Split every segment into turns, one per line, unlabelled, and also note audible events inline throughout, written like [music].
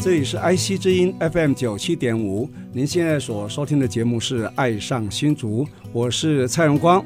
这里是 IC 之音 FM 九七点五，您现在所收听的节目是《爱上新竹》，我是蔡荣光。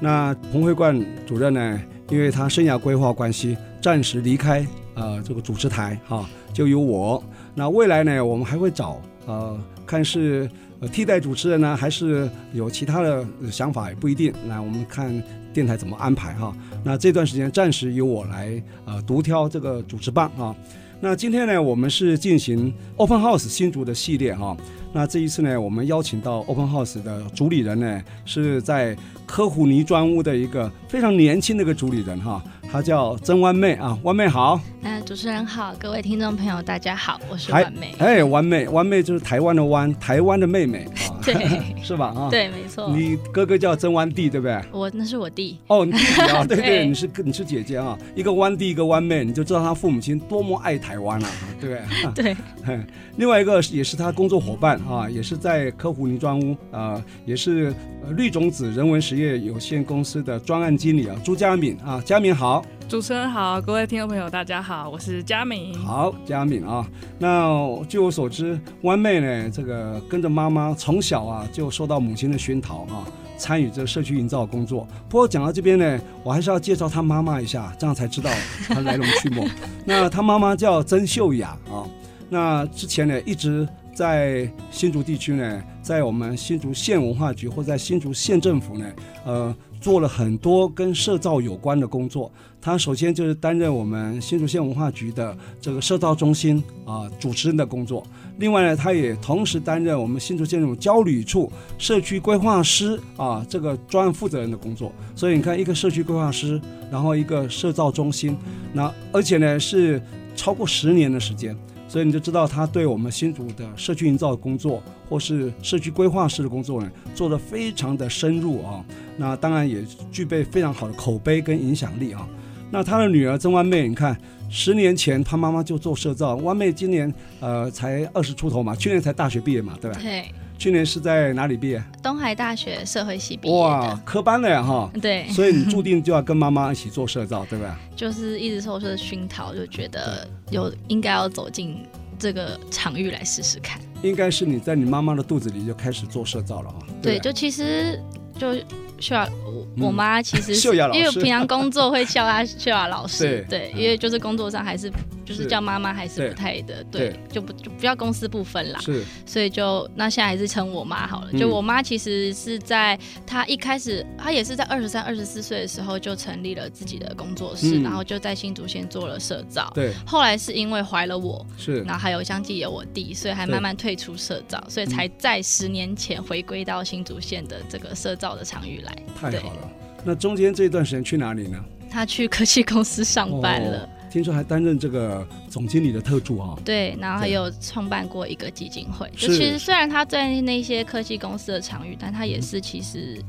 那彭慧冠主任呢，因为他生涯规划关系，暂时离开呃这个主持台哈、就由我。那未来呢，我们还会找呃，看是、呃、替代主持人呢，还是有其他的呃想法也不一定。那我们看电台怎么安排哈、那这段时间暂时由我来呃独挑这个主持棒啊。那今天呢，我们是进行 Open House 新竹的系列哈、那这一次呢，我们邀请到 Open House 的主理人呢，是在科湖泥砖屋的一个非常年轻的一个主理人哈、她叫曾弯妹啊，弯妹好，
呃，主持人好，各位听众朋友，大家好，我是
台
婉妹。
哎，弯妹，弯妹就是台湾的弯，台湾的妹妹，
[laughs]
啊、
对
是吧 [laughs] 啊？，
对，没错，
你哥哥叫曾弯弟对不对？
我那是我弟，
哦，
[laughs]
你弟弟啊，对对，
对
你是你是姐姐啊，一个弯弟，一个弯妹，你就知道他父母亲多么爱台湾了、啊对不对？
对，
嘿 [laughs] 另外一个是也是他工作伙伴啊，也是在科湖泥砖屋，啊，也是呃绿种子人文实业有限公司的专案经理啊，朱佳敏啊，佳敏好，
主持人好，各位听众朋友，大家好，我是佳敏。
好，佳敏啊。那据我所知，弯妹呢，这个跟着妈妈从小啊就受到母亲的熏陶啊，参与这社区营造工作。不过讲到这边呢，我还是要介绍她妈妈一下，这样才知道她来龙去脉。那她妈妈叫曾秀雅啊，那之前呢一直。在新竹地区呢，在我们新竹县文化局或在新竹县政府呢，呃，做了很多跟社造有关的工作。他首先就是担任我们新竹县文化局的这个社造中心啊、主持人的工作。另外呢，他也同时担任我们新竹县政府交旅处社区规划师啊这个专案负责人的工作。所以你看，一个社区规划师，然后一个社造中心，那而且呢是超过十年的时间。所以你就知道他对我们新竹的社区营造工作，或是社区规划师的工作呢，做得非常的深入啊。那当然也具备非常好的口碑跟影响力啊。那他的女儿曾弯妹，你看，十年前她妈妈就做社造，弯妹今年呃才二十出头嘛，去年才大学毕业嘛，对吧？
对，
去年是在哪里毕业？
东海大学社会系毕业
哇
的，，
科班的呀哈！
对，
所以你注定就要跟妈妈一起做社造，对吧？
就是一直受这熏陶，就觉得有应该要走进这个场域来试试看。
应该是你在你妈妈的肚子里就开始做社造了啊。
对，
不
就其实就秀雅，我
嗯
我妈其
[laughs]
实
秀雅老师
因为平常工作会叫她秀雅老师，
[laughs] 对嗯
对，因为就是工作上还是就是
是
叫妈妈还是
对
不太的，
对
对，就不就不要公私不分啦。
是
所以就那现在还是称我妈好了。
嗯
就我妈其实是在她一开始，她也是在二十三、二十四岁的时候就成立了自己的工作室，
嗯
然后就在新竹县做了社造。
对
后来是因为怀了我，
是
然后还有相继有我弟，所以还
对嗯
慢慢退出社造，所以才在十年前回归到新竹县的这个社造的场域来。
太好了。那中间这段时间去哪里呢？
她去科技公司上班了，
哦听说还担任这个总经理的特助啊。
对，然后还
对
有创办过一个基金会。就是其实虽然他在那些科技公司的场域，但他也是其实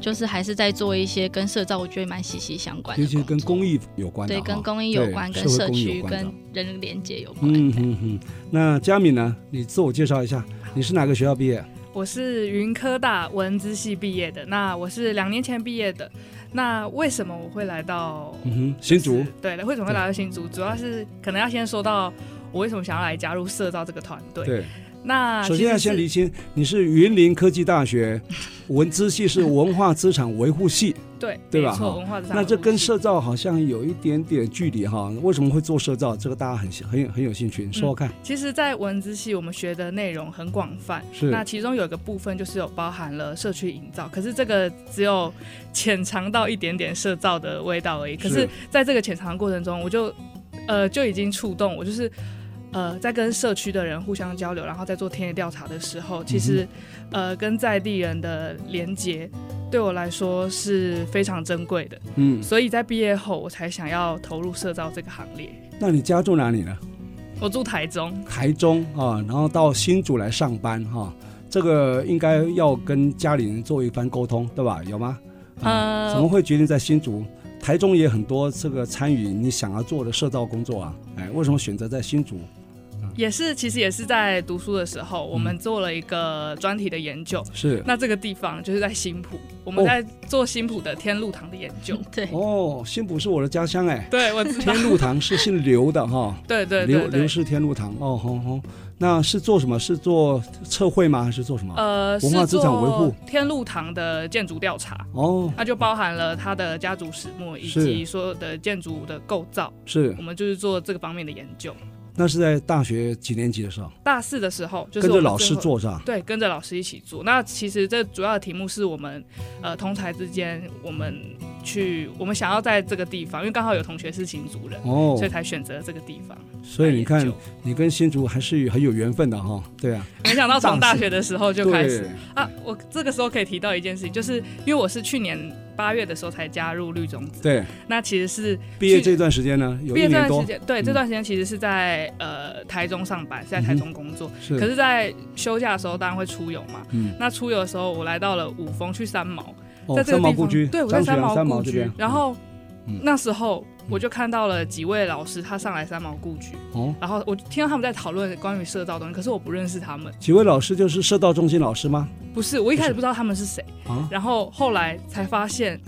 就是还是在做一些跟社造，我觉得蛮息息相关的
尤
工作，
其是跟公益有关的
对
哈，
跟公益有
对
关，跟
社
社
会公益有
区、
关的
跟人连接有关。
嗯哼哼，那佳敏呢？你自我介绍一下，你是哪个学校毕业？
我是云科大文资系毕业的，那我是两年前毕业的。那为什么我会来到
嗯哼，新竹
是。对为什么会来到新竹？主要是可能要先说到我为什么想要来加入社造这个团队。
对，
啊
那
首先要
其实
先
是
厘清，你是云林科技大学文资系，是文化资产维护系，
对
对吧
没错，
哈
文化资产
那这跟
社
社造好像有一点点距离哈。为什么会做社造？这个大家很很有很有兴趣，你说说看。
其实，在文资系我们学的内容很广泛，
是
那其中有一个部分就是有包含了社区营造，可是这个只有浅尝到一点点社造的味道而已。可
是
是在这个浅尝的过程中，我就呃就已经触动我，就是呃，在跟社区的人互相交流，然后在做田野调查的时
嗯
候，其实，呃，跟在地人的连接对我来说是非常珍贵的。
嗯，
所以在毕业后，我才想要投入社造这个行列。
那你家住哪里呢？
我住台中，
台中啊，然后到新竹来上班哈、这个应该要跟家里人做一番沟通，对吧？有吗？啊
呃
怎么会决定在新竹？台中也很多这个参与你想要做的社造工作啊，哎，为什么选择在新竹？
也是其实也是在读书的时
嗯
候，我们做了一个专题的研究。
是
那这个地方就是在新浦，我们
哦
在做新浦的天路堂的研
[laughs]
究。
[laughs] 对，
哦，新浦是我的家乡
[laughs]
哎，
对，我知道。
天路堂是姓刘的哈，
对对
刘
对
刘
对。
氏天路堂哦，吼吼，那是做什么？是做测绘吗？还是做什么？
呃，
啊文化
是
资产维护
做天路堂的建筑调查，
哦，
那就包含了它的家族始末以
是
及所有的建筑的构造，
是
我，们就是做这个方面的研究。
那是在大学几年级的时候，
大四的时候，就是
跟
我
着
们
老
最
师
后，
做是吧？
对，跟着老师一起做。那其实这主要的题目是我们呃同才之间，我们去我们想要在这个地方，因为刚好有同学是新族人，
哦
所以，才选择这个地方。
所以你
来
看
研究，
你跟新竹还是很有缘分的哈，对啊，
没想到
长
从大学的时候就开始
对，
啊，我这个时候可以提到一件事情，就是因为我是去年八月的时候才加入绿中子，
对，
那其实是
毕业这段时间呢，有一
毕业这
年
段
多
时，间，对
嗯
这段时间其实是在呃台中上班，是在台中工作。
是，
可是，在休假的时候，当然会出游嘛。
嗯，
那出游的时候，我来到了五峰去三毛，
哦，
在这
三
个地
毛
方，
故居，
对，我在
张学良
毛
三毛
故
这
居
边。，
然后、
嗯
那时候我就看到了几位老师，他上来三毛故居，
哦，
然后我听到他们在讨论关于社造的东西，可是我不认识他们，
几位老师就是社道中心老师吗？
不是，我一开始不知道他们是谁，
啊，
然后后来才发现。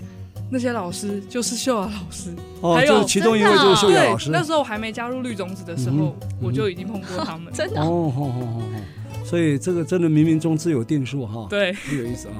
那些老师就是秀雅老师，
哦，
还有
就是其中一位
真的
就是秀雅
对
老，师。
那时候我还没加入绿种子的时候，
嗯哼
我就已经碰过
[laughs]
他们，
真的哦
哦，好好好好，所以这个真的冥冥中自有定数哈，
对，
很有意思啊。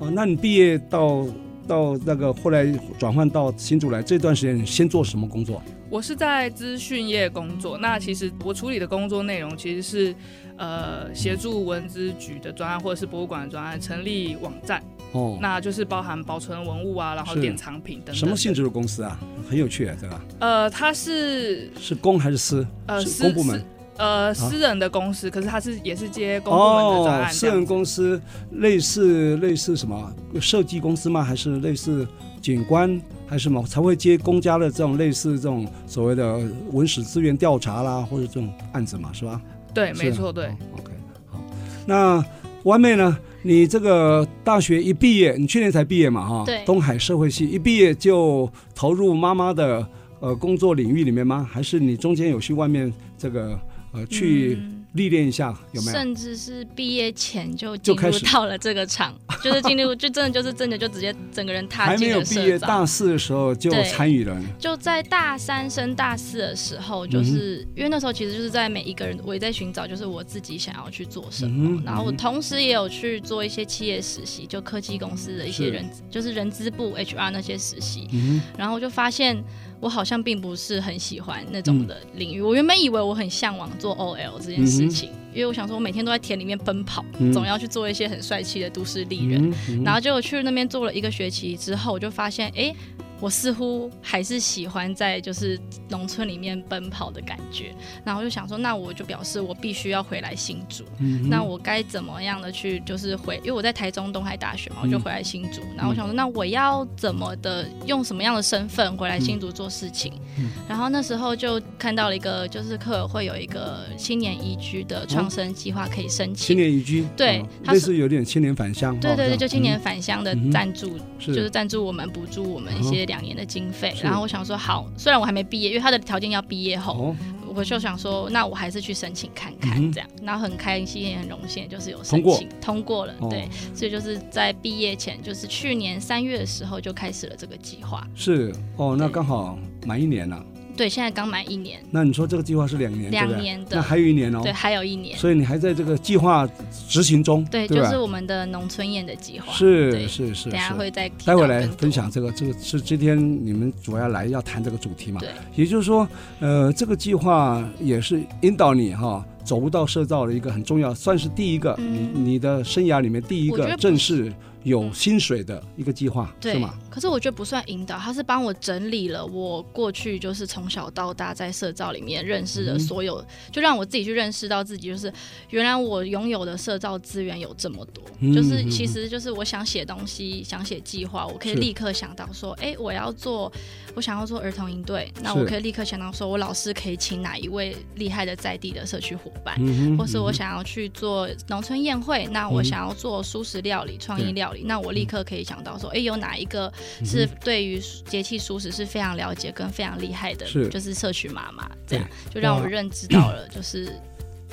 哦，那你毕业到到那个后来转换到新竹来这段时间，你先做什么工作？
我是在资讯业工作，那其实我处理的工作内容其实是，呃，协助文资局的专案或者是博物馆的专案成立网站，
哦，
那就是包含保存文物啊，然后
是
典藏品等等。
什么性？质的公司啊？很有趣啊，这个
呃，它是
是公还是私？
呃
是
私
公部门啊
私呃私人的公司，可是它是也是接公部门的专
哦
案，
私
这样
人
子。
公司类似类似什么设计公司吗？还是类似景观还是什么才会接公家的这种类似这种所谓的文史资源调查啦，或者这种案子嘛，是吧？
对，
是
没错，对
哦。OK，好，那完美呢？你这个大学一毕业，你去年才毕业嘛，哈，
对
东海社会系一毕业就投入妈妈的呃工作领域里面吗？还是你中间有去外面这个呃去
嗯
历练一下，有没有？
甚至是毕业前就
就
进
开
入
始
到了这个场，就是进入，就真的就是真的就直接整个人踏
还没
进
有
了
毕业，
社
大
长。
四的时候就
对
参与了。
就在大三升大四的时候，
嗯
就是、因为那时候其实就是在每一个人，我也在寻找，就是我自己想要去做什么。
嗯哼
然后我
嗯哼
同时也有去做一些企业实习，就科技公司的一些
是
人资，就是人资部 HR 那些实习。
嗯
然后我就发现我好像并不是很喜欢那种的
嗯
领域。我原本以为我很向往做 OL 这件事情，因为我想说我每天都在田里面奔跑，
嗯
总要去做一些很帅气的都市丽人。
嗯嗯
然后结果去那边做了一个学期之后，我就发现，哎，我似乎还是喜欢在就是农村里面奔跑的感觉。然后我就想说，那我就表示我必须要回来新竹。
嗯
那我该怎么样的去就是回？因为我在台中东海大
嗯
学嘛，我就回来新竹。然后我想说，那我要怎么的，用什么样的身份回来新竹做事情？
嗯
然后那时候就看到了一个，就是客委会有一个青年宜居的创生计划可以申
青
请。
年宜居，
对
哦
他
类
是
似有点青年返乡。
对
哦这
对对，
样
就青年
嗯
返乡的
嗯哼
赞助，就是
是
赞助我们补助我们一些两年的经费。
嗯是
然后我想说，好，虽然我还没毕业，因为他的条件要毕业后，
哦，
我就想说，那我还是去申请看看
嗯哼
这样，然后很开心也很荣幸，就是有
通
申
过
请通过了，
哦
对，所以就是在毕业前，就是去年三月的时候就开始了这个计划，
是哦，那
对
刚好满一年了。
对，现在刚满一年，
那你说这个计划是两年，对不对
两年的
那还有一年哦。
对，还有一年，
所以你还在这个计划执行中，
对，
吧？
就是我们的农村宴的计划，
是
对
是是
等一下
是。
会再提到
待会来
更多
分享，这个，这个是今天你们主要来要谈这个主题嘛？
对，
也就是说，呃，这个计划也是引导你哈、走入到社造的一个很重要，算是第一个，
嗯
你你的生涯里面第一
我觉得
个
不嗯
正式有薪水的一个计划，是
对
吗？，
可是我觉得不算引导，他是帮我整理了我过去就是从小到大在社造里面认
嗯
识的所有，就让我自己去认识到自己，就是原来我拥有的社造资源有这么多，
嗯
就是
嗯
其
嗯
实就是我想写东西，想写计划，我可以
是
立刻想到说，哎、我要做，我想要做儿童营队，那
是
我可以立刻想到说我老师可以请哪一位厉害的在地的社区伙伴，
嗯哼
或是我
嗯哼嗯
想要去做农村宴会，那我想要做素食料理、创意料理，那我立刻可以想到说，哎，有哪一个
嗯
是对于节气素食是非常了解跟非常厉害的，
是
就是社区妈妈，这
对
样就让我
哇
认知到了，就是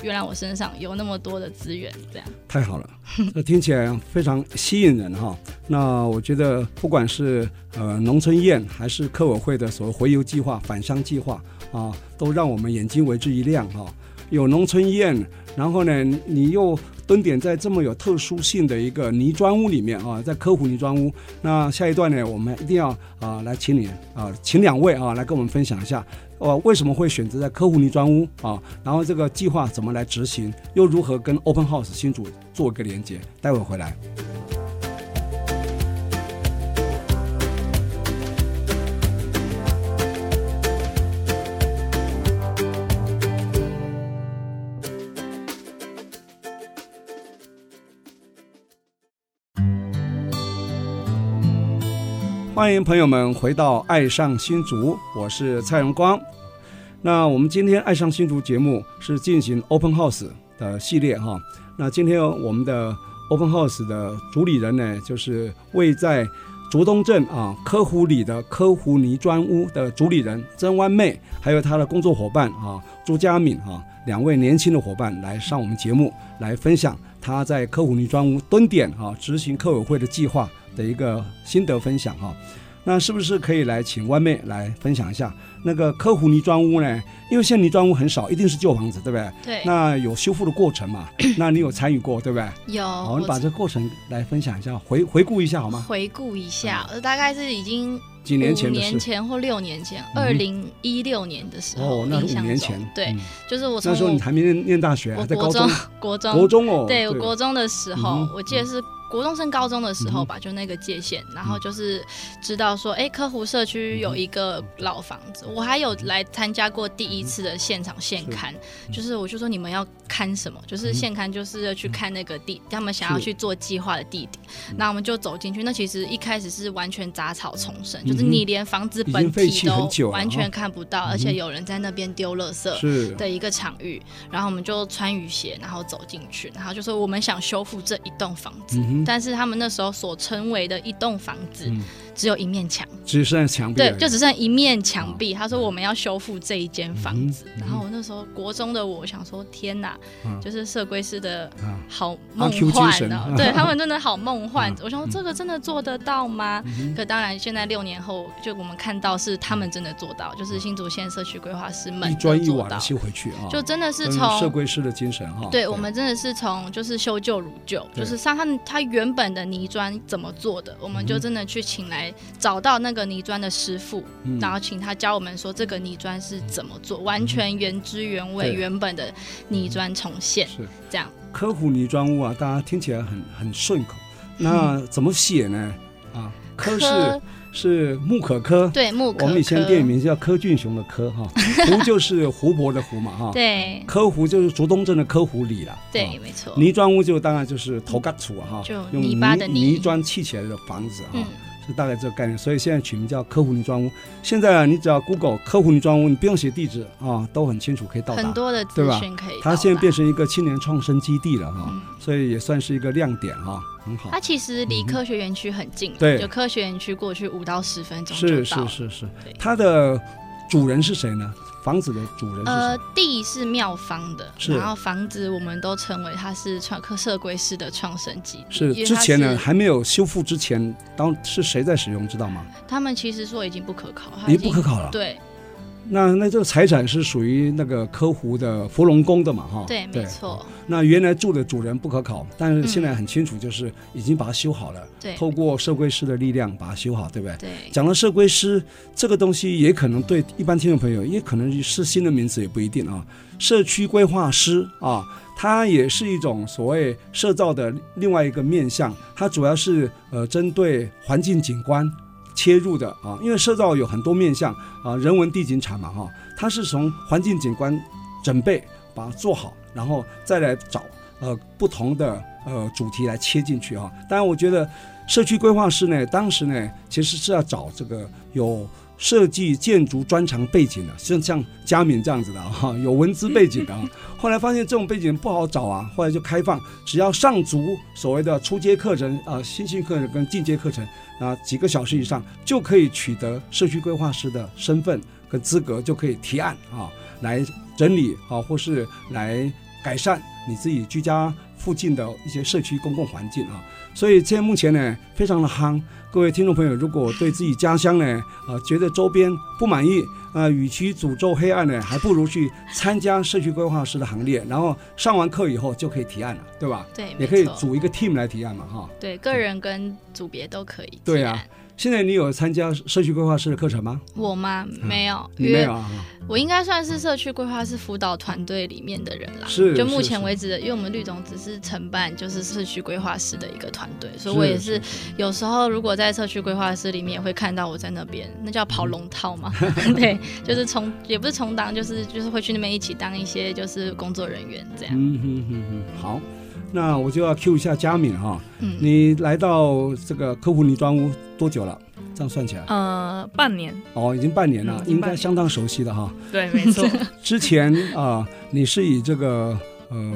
原来我身上有那么多的资源，这样。
太好了，这听起来非常吸引人哈。那我觉得，不管是呃农村宴，还是客委会的所谓回游计划、返乡计划啊，都让我们眼睛为之一亮哈。有农村宴，然后呢，你又蹲点在这么有特殊性的一个泥砖屋里面啊，在科湖泥砖屋。那下一段呢，我们一定要啊来请你啊，请两位啊来跟我们分享一下。呃，为什么会选择在科湖泥砖屋啊？然后这个计划怎么来执行，又如何跟 Open House 新主做一个连接？待会儿回来。欢迎朋友们回到《爱上新竹》，我是蔡荣光。那我们今天《爱上新竹》节目是进行 Open House 的系列哈。那今天我们的 Open House 的主理人呢，就是位在竹东镇啊科湖里的科湖泥砖屋的主理人曾湾妹，还有她的工作伙伴啊朱佳敏啊两位年轻的伙伴来上我们节目来分享她在科湖泥砖屋蹲点啊执行客委会的计划的一个心得分享哈、啊那是不是可以来请湾妹来分享一下那个科湖泥砖屋呢？因为现在泥砖屋很少，一定是旧房子，对不对？
对，
那有修复的过程
[coughs]
嘛？那你有参与过，对不对？
有
好，你把
我
这个过程来分享一下，回回顾一下好吗？
回顾一下，呃大概是已经
几年
五
前的
年
事。
前或六年前，
嗯
二零一六年的时候，
哦，那
印
是五
象
年
中
前。
对
嗯，
就是我从
那时候你
我
还没念念大学，还
我
在
国
高中
中，国中
国中哦。
对，我国中的时
嗯
候，
哼嗯
我记得是国中升高中的时候吧，就那个界限，然后就是知道说，哎，科湖社区
嗯
有一个老房子，我还有来参加过第一次的现场现刊，
嗯
就是我就说你们要看什么，就是现刊就是要去看那个地，
嗯
他们想要
是
去做计划的地点，
嗯
那我们就走进去，那其实一开始是完全杂草丛生，就是
嗯哼
你连房子
已经
本
废
体
弃很久
都
了
完
哦
全看不到，而且有人在那边丢垃圾，
是
的一个场域，然后我们就穿雨鞋，然后走进去，然后就说我们想修复这一栋房子，
嗯哼，
但是他们那时候所称为的一栋房子、
嗯
只有一面墙，
只剩下墙壁而已。
对，就只剩一面墙
哦
壁。他说我们要修复这一间房子，然后我那时候国中的我想说天哪，
嗯
就是社规师的
啊
好
阿
梦
Q 精
幻
神嗯
哦， [laughs] 对他们真的好梦幻。我想说这个真的做得到吗？可当然，现在六年后，就我们看到是他们真的做到，就是新竹县社区规划师们
嗯一砖
真
一
的做
瓦的
到
修回去啊，
就真的是
真社
从。
会式的精神啊哈。
对，我们真的是从就是修旧如旧，
对
就是像他们他原本的泥砖怎么做的，我们就真的去请来找到那个泥砖的师傅，
嗯
然后请他教我们说这个泥砖是怎么做，完全原汁原味
对
原本的泥砖重现
是
这样。
科湖泥砖屋啊，大家听起来很很顺口。
嗯
那怎么写呢？啊，科是是木可科，
对木可
我们以前
科
电影名叫柯俊雄的柯
[laughs]
哈，湖就是湖泊的湖嘛哈。。
对
科湖就是竹东镇的科湖里了。
对、
啊
没错，
泥砖屋就当然就是头盖土啊哈，
就
用
泥巴的泥
泥砖砌起来的房子啊哈
嗯，
是大概这个概念。所以现在取名叫科湖泥砖屋。现在啊，你只要 Google 科湖泥砖屋，你不用写地址啊，都很清楚可以到达。
很多的
对
资
吧
讯可以到达。
它现在变成一个青年创生基地了哈，
嗯
所以也算是一个亮点哈，很好
它。其实
嗯
离科学园区很近啊，
对
就科学园区过去五到十分钟
是
就到
是是
了。
是
对，
它的主人是谁呢？房子的主人是谁？
呃，地是妙方的，
是
然后房子我们都称为它是创科社规式的创生基地。
是
因为
之
它
前呢，
是
还没有修复之前，当是谁在使用，知道吗？
他们其实说已经不可靠，它
你
已
不哦
经
可考了。
啊对，
那那这个财产是属于那个科湖的芙蓉宫的嘛，哈。
对，没错，
那原来住的主人不可考，但是现在
嗯
很清楚，就是已经把它修好了，
对
透过社会师的力量把它修好，对不对？
对，
讲到社规师这个东西，也可能对一般听众朋友，也可能是新的名词，也不一定啊。社区规划师啊，它也是一种所谓社造的另外一个面向，它主要是呃针对环境景观切入的啊，因为社造有很多面向啊，人文地景产嘛哈、它是从环境景观准备把它做好，然后再来找呃不同的呃主题来切进去啊。当然，我觉得社区规划师呢，当时呢，其实是要找这个有设计建筑专长背景的，像像佳敏这样子的哈、有文字背景的啊。 [laughs] 后来发现这种背景不好找啊，后来就开放，只要上足所谓的初阶课程啊、新训课程跟进阶课程啊，几个小时以上就可以取得社区规划师的身份跟资格，就可以提案啊，来整理啊，或是来改善你自己居家附近的一些社区公共环境啊。所以现在目前呢，非常的夯。各位听众朋友，如果对自己家乡呢，呃，觉得周边不满意，呃，与其诅咒黑暗呢，还不如去参加社区规划师的行列，然后上完课以后就可以提案了，对吧？
对，
也
没
可以
错，
组一个 team 来提案嘛，哈。
对，个人跟组别都可以。
对啊
啊，
现在你有参加社区规划师的课程吗？
我吗？没有，
嗯你
因
没
为
有啊？哈
我应该算是社区规划师辅导团队里面的人啦。
是
就目
是
前
是
为止的，因为我们绿总只是承办就是社区规划师的一个团队，所以我也是有时候如果在社区规划师里面也会看到我在那边，那叫跑龙
[laughs]
套嘛， [laughs] 对，就是充也不是充当，就是就是会去那边一起当一些就是工作人员这样。
嗯哼哼哼，好，那我就要 Q 一下佳敏哈、
嗯，
你来到这个科普泥砖屋多久了？这样算起来，
呃，半年，
哦，已经半年了，
嗯已经
应
半
该
年
相当熟悉的哈。
[laughs] 对，没 [laughs] 错，
之前啊、你是以这个呃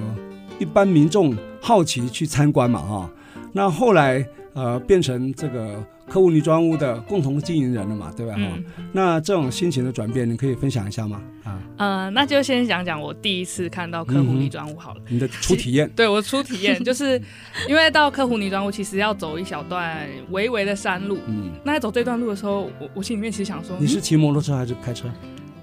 一般民众好奇去参观嘛哈、啊那后来呃变成这个科务泥砖屋的共同经营人了嘛，对吧？哈、
嗯，
那这种心情的转变，你可以分享一下吗？啊，
呃，那就先讲讲我第一次看到客户
嗯哼
女装屋好了。
你的初体验，
对我初体 [laughs] 验，就是因为到客户女装屋，其实要走一小段微微的山路。
嗯，
那在走这段路的时候，我我心里面其实想说，
你是
嗯
骑摩托车还是开车？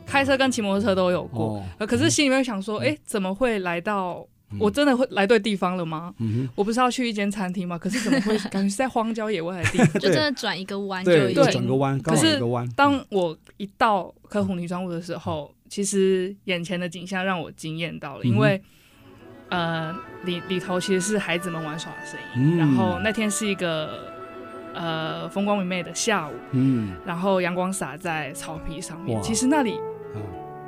开车跟骑摩托车都有过，
哦，
呃可是心里面想说，哎，怎么会来到？
嗯
我真的会来对地方了吗？
嗯
我不是要去一间餐厅吗？可是怎么
[laughs]
会感觉是在荒郊野外的地方？
就真的转一个弯
哼，
就
对，
已
就
对
经
转个弯，刚
可
好
是
一个弯，
当我一到科湖女装屋的时候，其实眼前的景象让我惊艳到了，
嗯嗯哼
因为、呃里里头其实是孩子们玩耍的声音，
嗯
然后那天是一个呃风光明媚的下午，
嗯，
然后阳光洒在草皮上面
哇，
其实那里
啊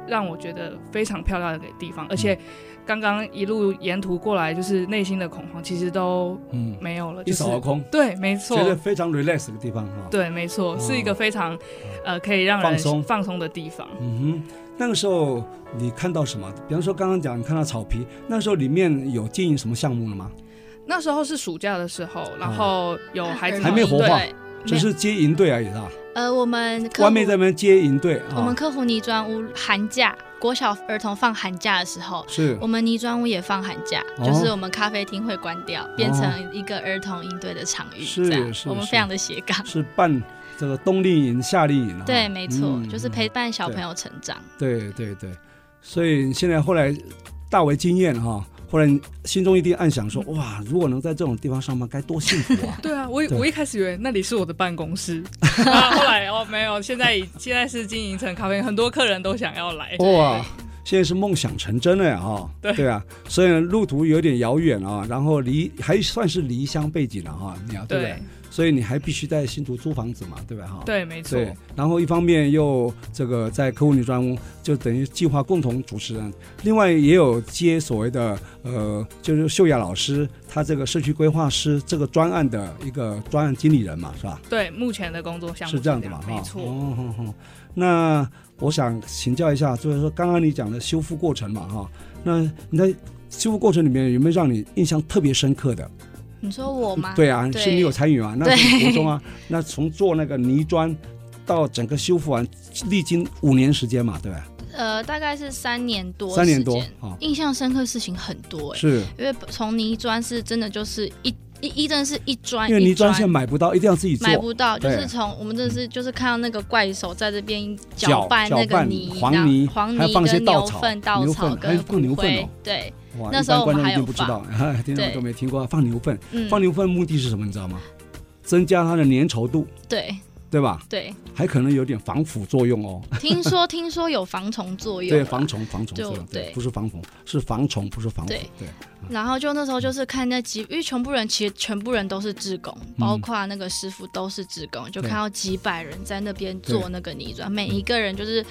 让我觉得非常漂亮的一个地方，
嗯
而且刚刚一路沿途过来，就是内心的恐慌其实都
嗯，
没有了，
一
就是
扫而空，
对，没错，
觉得非常 relax 的地方哈。
对，没错，是一个非常呃可以让
哦放
人
松
放松的地方。
嗯哼，那个时候你看到什么？比方说刚刚讲你看到草皮，那时候里面有经营什么项目了吗？
那时候是暑假的时候，然后有孩子
嗯还没活化
对
对，
只是接营队而已啊是吧？
呃，我们客
外面
户
在那边接营队
我们
啊，
客户泥砖屋寒假国小儿童放寒假的时候，
是
我们泥砖屋也放寒假，
哦
就是我们咖啡厅会关掉，变成一个儿童应对的场域，
是
这样
是
我们
是
非常的斜杠。
是办这个冬令营、夏令营啊。
对，没错，
嗯
就是陪伴小朋友成长。
对对对，所以你现在后来大为惊艳哈、后来你心中一定暗想说：
嗯
哇，如果能在这种地方上班，该多幸福啊！
对啊，我以
对
我一开始以为那里是我的办公
[laughs]
室，然后后来哦没有，现在已现在是经营成咖啡，很多客人都想要来。
哇，现在是梦想成真了呀！哈、
对
啊，所以呢路途有点遥远啊，然后离还算是离乡背景了哈、你要对不对？
对
所以你还必须在新竹租房子嘛，对吧？哈，
对，没错，
对。然后一方面又这个在客户女专屋，就等于计划共同主持人，另外也有接所谓的呃，就是秀雅老师她这个社区规划师这个专案的一个专案经理人嘛，是吧？
对，目前的工作项目
是这样子嘛？哈，
没错。
哦哦哦，那我想请教一下，就是说刚刚你讲的修复过程嘛，哈、那你在修复过程里面有没有让你印象特别深刻的？
你说我吗？
对啊，是你有参与啊，那是
对
国中啊，那从做那个泥砖到整个修复完，历经五年时间嘛，对吧？
呃，大概是三年多，
三年多啊、
印象深刻事情很多哎、
是
因为从泥砖是真的就是一一一真的是一砖，
因为泥
一
砖现在买不到，一定要自己做
买。不到，就
对嗯
是从我们真的是就是看到那个怪手在这边
搅
搅拌那
搅
个
拌
泥、
黄泥
那黄
还
泥
放一些
跟
稻
牛
草
粪、稻
牛
草
粪还
跟
放牛
骨
粪
灰
哦
对，
哇，
那
一
时
般
候我
观
们
众
还
一定
有
不知道， [laughs] 听众
对
都没听过放牛粪。
嗯，
放牛粪目的是什么？你知道吗？增加它的粘稠度，
对
对吧？
对，
还可能有点防腐作用哦。
听说听说有防虫作用，啊
对，防。虫，防虫
就
作用，对，
对
不是防腐，是防虫，不是防腐，
对
对。
然后就那时候就是看那几，因为全部人其实全部人都是志工，包括那个师傅都是志工，就
嗯对
看到几百人在那边
对嗯
做那个泥砖，每一个人就是。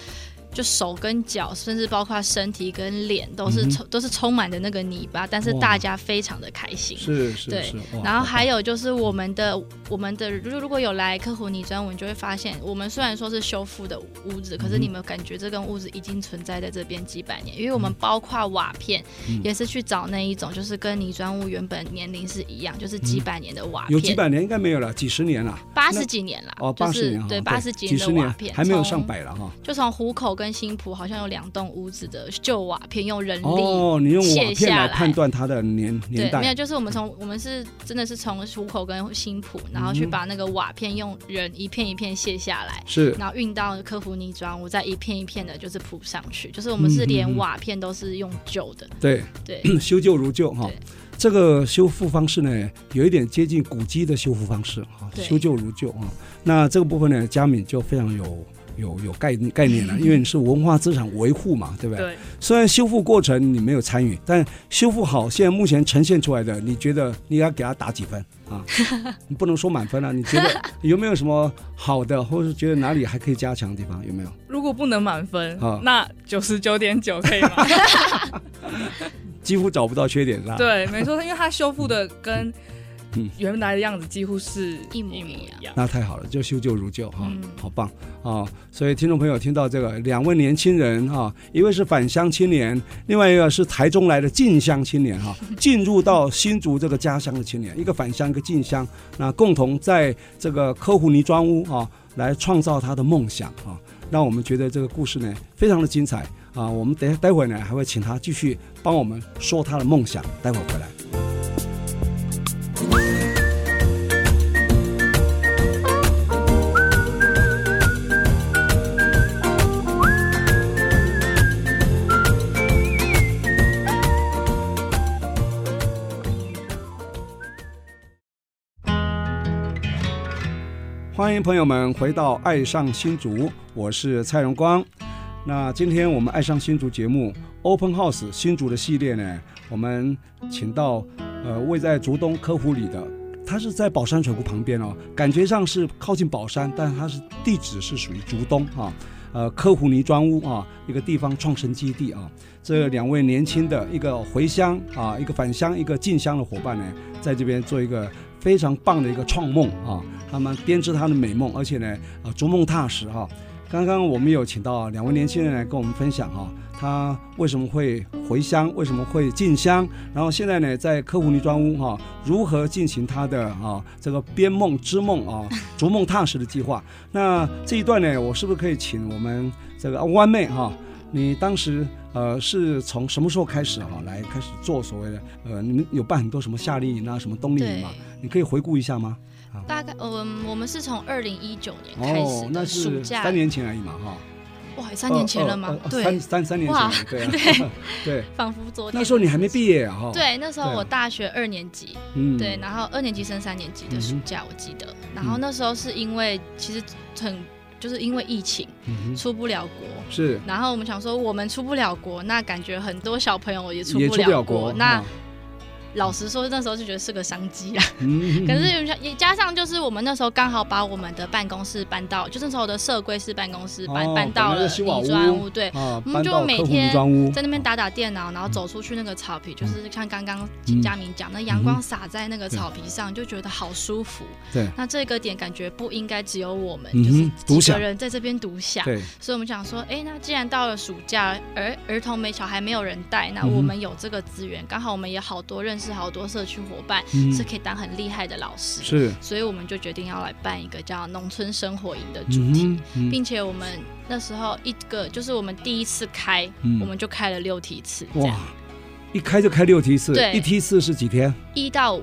就手跟脚，甚至包括身体跟脸，都
嗯
是
哼
充、都是充满的那个泥巴，但是
哇
大家非常的开心。
是是
对
是，哇
然后
好
还有就是我们的我们的，如如果有来客户泥砖，我们就会发现，我们虽然说是修复的屋子，
嗯
可是你们感觉这栋屋子已经存在在这边几百年，因为我们包括瓦片、
嗯
也是去找那一种，就是跟泥砖屋原本年龄是一样，就是几百年的瓦
棒
片，
嗯有几百年应该没有了，几十年了，
八十几年啦，
哦，
就
八十
是
年哈，
对八十几
几
年
十
的
年
瓦片，
还没有
从
上，百了哈。
就从虎口跟新浦好像有两栋屋子的旧瓦片，用人力。
哦，你用瓦
卸下
片来
来
判断它的年年
对，没有，
代，
就是我们从我们是真的是从虎口跟新浦，然后去把那个瓦片用人一片一片卸下来，
是
然后运到科孚泥砖，我再一片一片的，就是铺上去。就是我们
嗯
是
嗯嗯
连瓦片都是用旧的，
对
对，
修旧如旧哈
对。
这个修复方式呢，有一点接近古迹的修复方式啊，
对
修旧如旧啊。那这个部分呢，佳敏就非常有有有概念概念
[laughs]
了，因为你是文化资产维护嘛，对不对？
对，
虽然修复过程你没有参与，但修复好现在目前呈现出来的，你觉得你要给他打几分啊？你不能说满分啊，你觉得 [laughs] 有没有什么好的，或者是觉得哪里还可以加强的地方？有没有？
如果不能满分
啊，
那九十九点九可以吗？
[laughs] 几乎找不到缺点是吧？，
对，没错，因为它修复的跟
嗯
原来的样子几乎是
一模
一
一
样。
那太好了，就修旧如旧哈、
嗯
好棒啊！所以听众朋友听到这个，两位年轻人哈、一位是返乡青年，另外一个是台中来的进乡青年哈、进入到新竹这个家乡的青年，一个返乡，一个进乡，那共同在这个科湖泥砖屋啊，来创造他的梦想啊，让我们觉得这个故事呢非常的精彩啊！我们等待会儿呢还会请他继续帮我们说他的梦想，待会儿回来。欢迎朋友们回到《爱上新竹》，我是蔡荣光。那今天我们《爱上新竹》节目 Open House 新竹的系列呢，我们请到呃位在竹东科湖里的，它是在宝山水库旁边哦，感觉上是靠近宝山，但它是地址是属于竹东啊。呃，科湖泥砖屋啊，一个地方创生基地啊，这两位年轻的一个回乡啊，一个返乡，一个进乡的伙伴呢，在这边做一个非常棒的一个创梦啊，他们编织他的美梦，而且呢，啊，逐梦踏实哈、刚刚我们有请到两位年轻人来跟我们分享哈、他为什么会回乡，为什么会进乡，然后现在呢，在科湖泥砖屋哈、如何进行他的啊这个编梦织梦
[laughs]
啊，逐梦踏实的计划。那这一段呢，我是不是可以请我们这个啊弯妹哈、你当时呃是从什么时候开始哈、来开始做所谓的呃你们有办很多什么夏令营啊什么冬令营
对
嘛，，你可以回顾一下吗？
大概嗯，我们是从二零一九年开
哦
始，
那
的暑
是
假，
三年前而已嘛哈。
哇，三年前了
呃
吗
呃？呃
对
三，三三年前
哇
了，对啊 [laughs] 对，
仿佛昨天。
那时候你还没毕业啊哈。，
对，那时候
对
我大学二年级，
嗯
对，，然后二年级升三年级的暑假，我记得。然后那时候是因为其实很就是因为疫情
嗯哼
出不了国，
是
然后我们想说我们出不了国，那感觉很多小朋友也出
也
不
出不了
国。
国，
那
啊
老实说，那时候就觉得是个商
[laughs]
机啦。
嗯，
可是有也加上就是我们那时候刚好把我们的办公室搬到，就那时候的社规室办公室搬、
哦
搬到
本来
了
是西瓦屋嗯
泥砖屋，对。
啊，
我们
搬
就
到
每
客户
天
女装屋
在那边打打电脑，然后走出去那个草皮，
嗯
就是像刚刚请佳明讲，那阳光洒在那个草皮上，就觉得好舒服。
嗯对
那这个点感觉不应该只有我们，
嗯
就
哼
是
独
几
享
个人在这边独享。
对，
所以我们想说，哎，那既然到了暑假，儿儿童没小孩没有人带，那
嗯哼
我们有这个资源，刚好我们也好多认识好多社区伙伴，
嗯
是可以当很厉害的老师。
是
所以我们就决定要来办一个叫农村生活营的主
嗯
题。
哼嗯
并且我们那时候一个就是我们第一次开，
嗯
我们就开了六梯次，这
哇
样，
一开就开六梯次，
对
一梯次是几天？
一到五，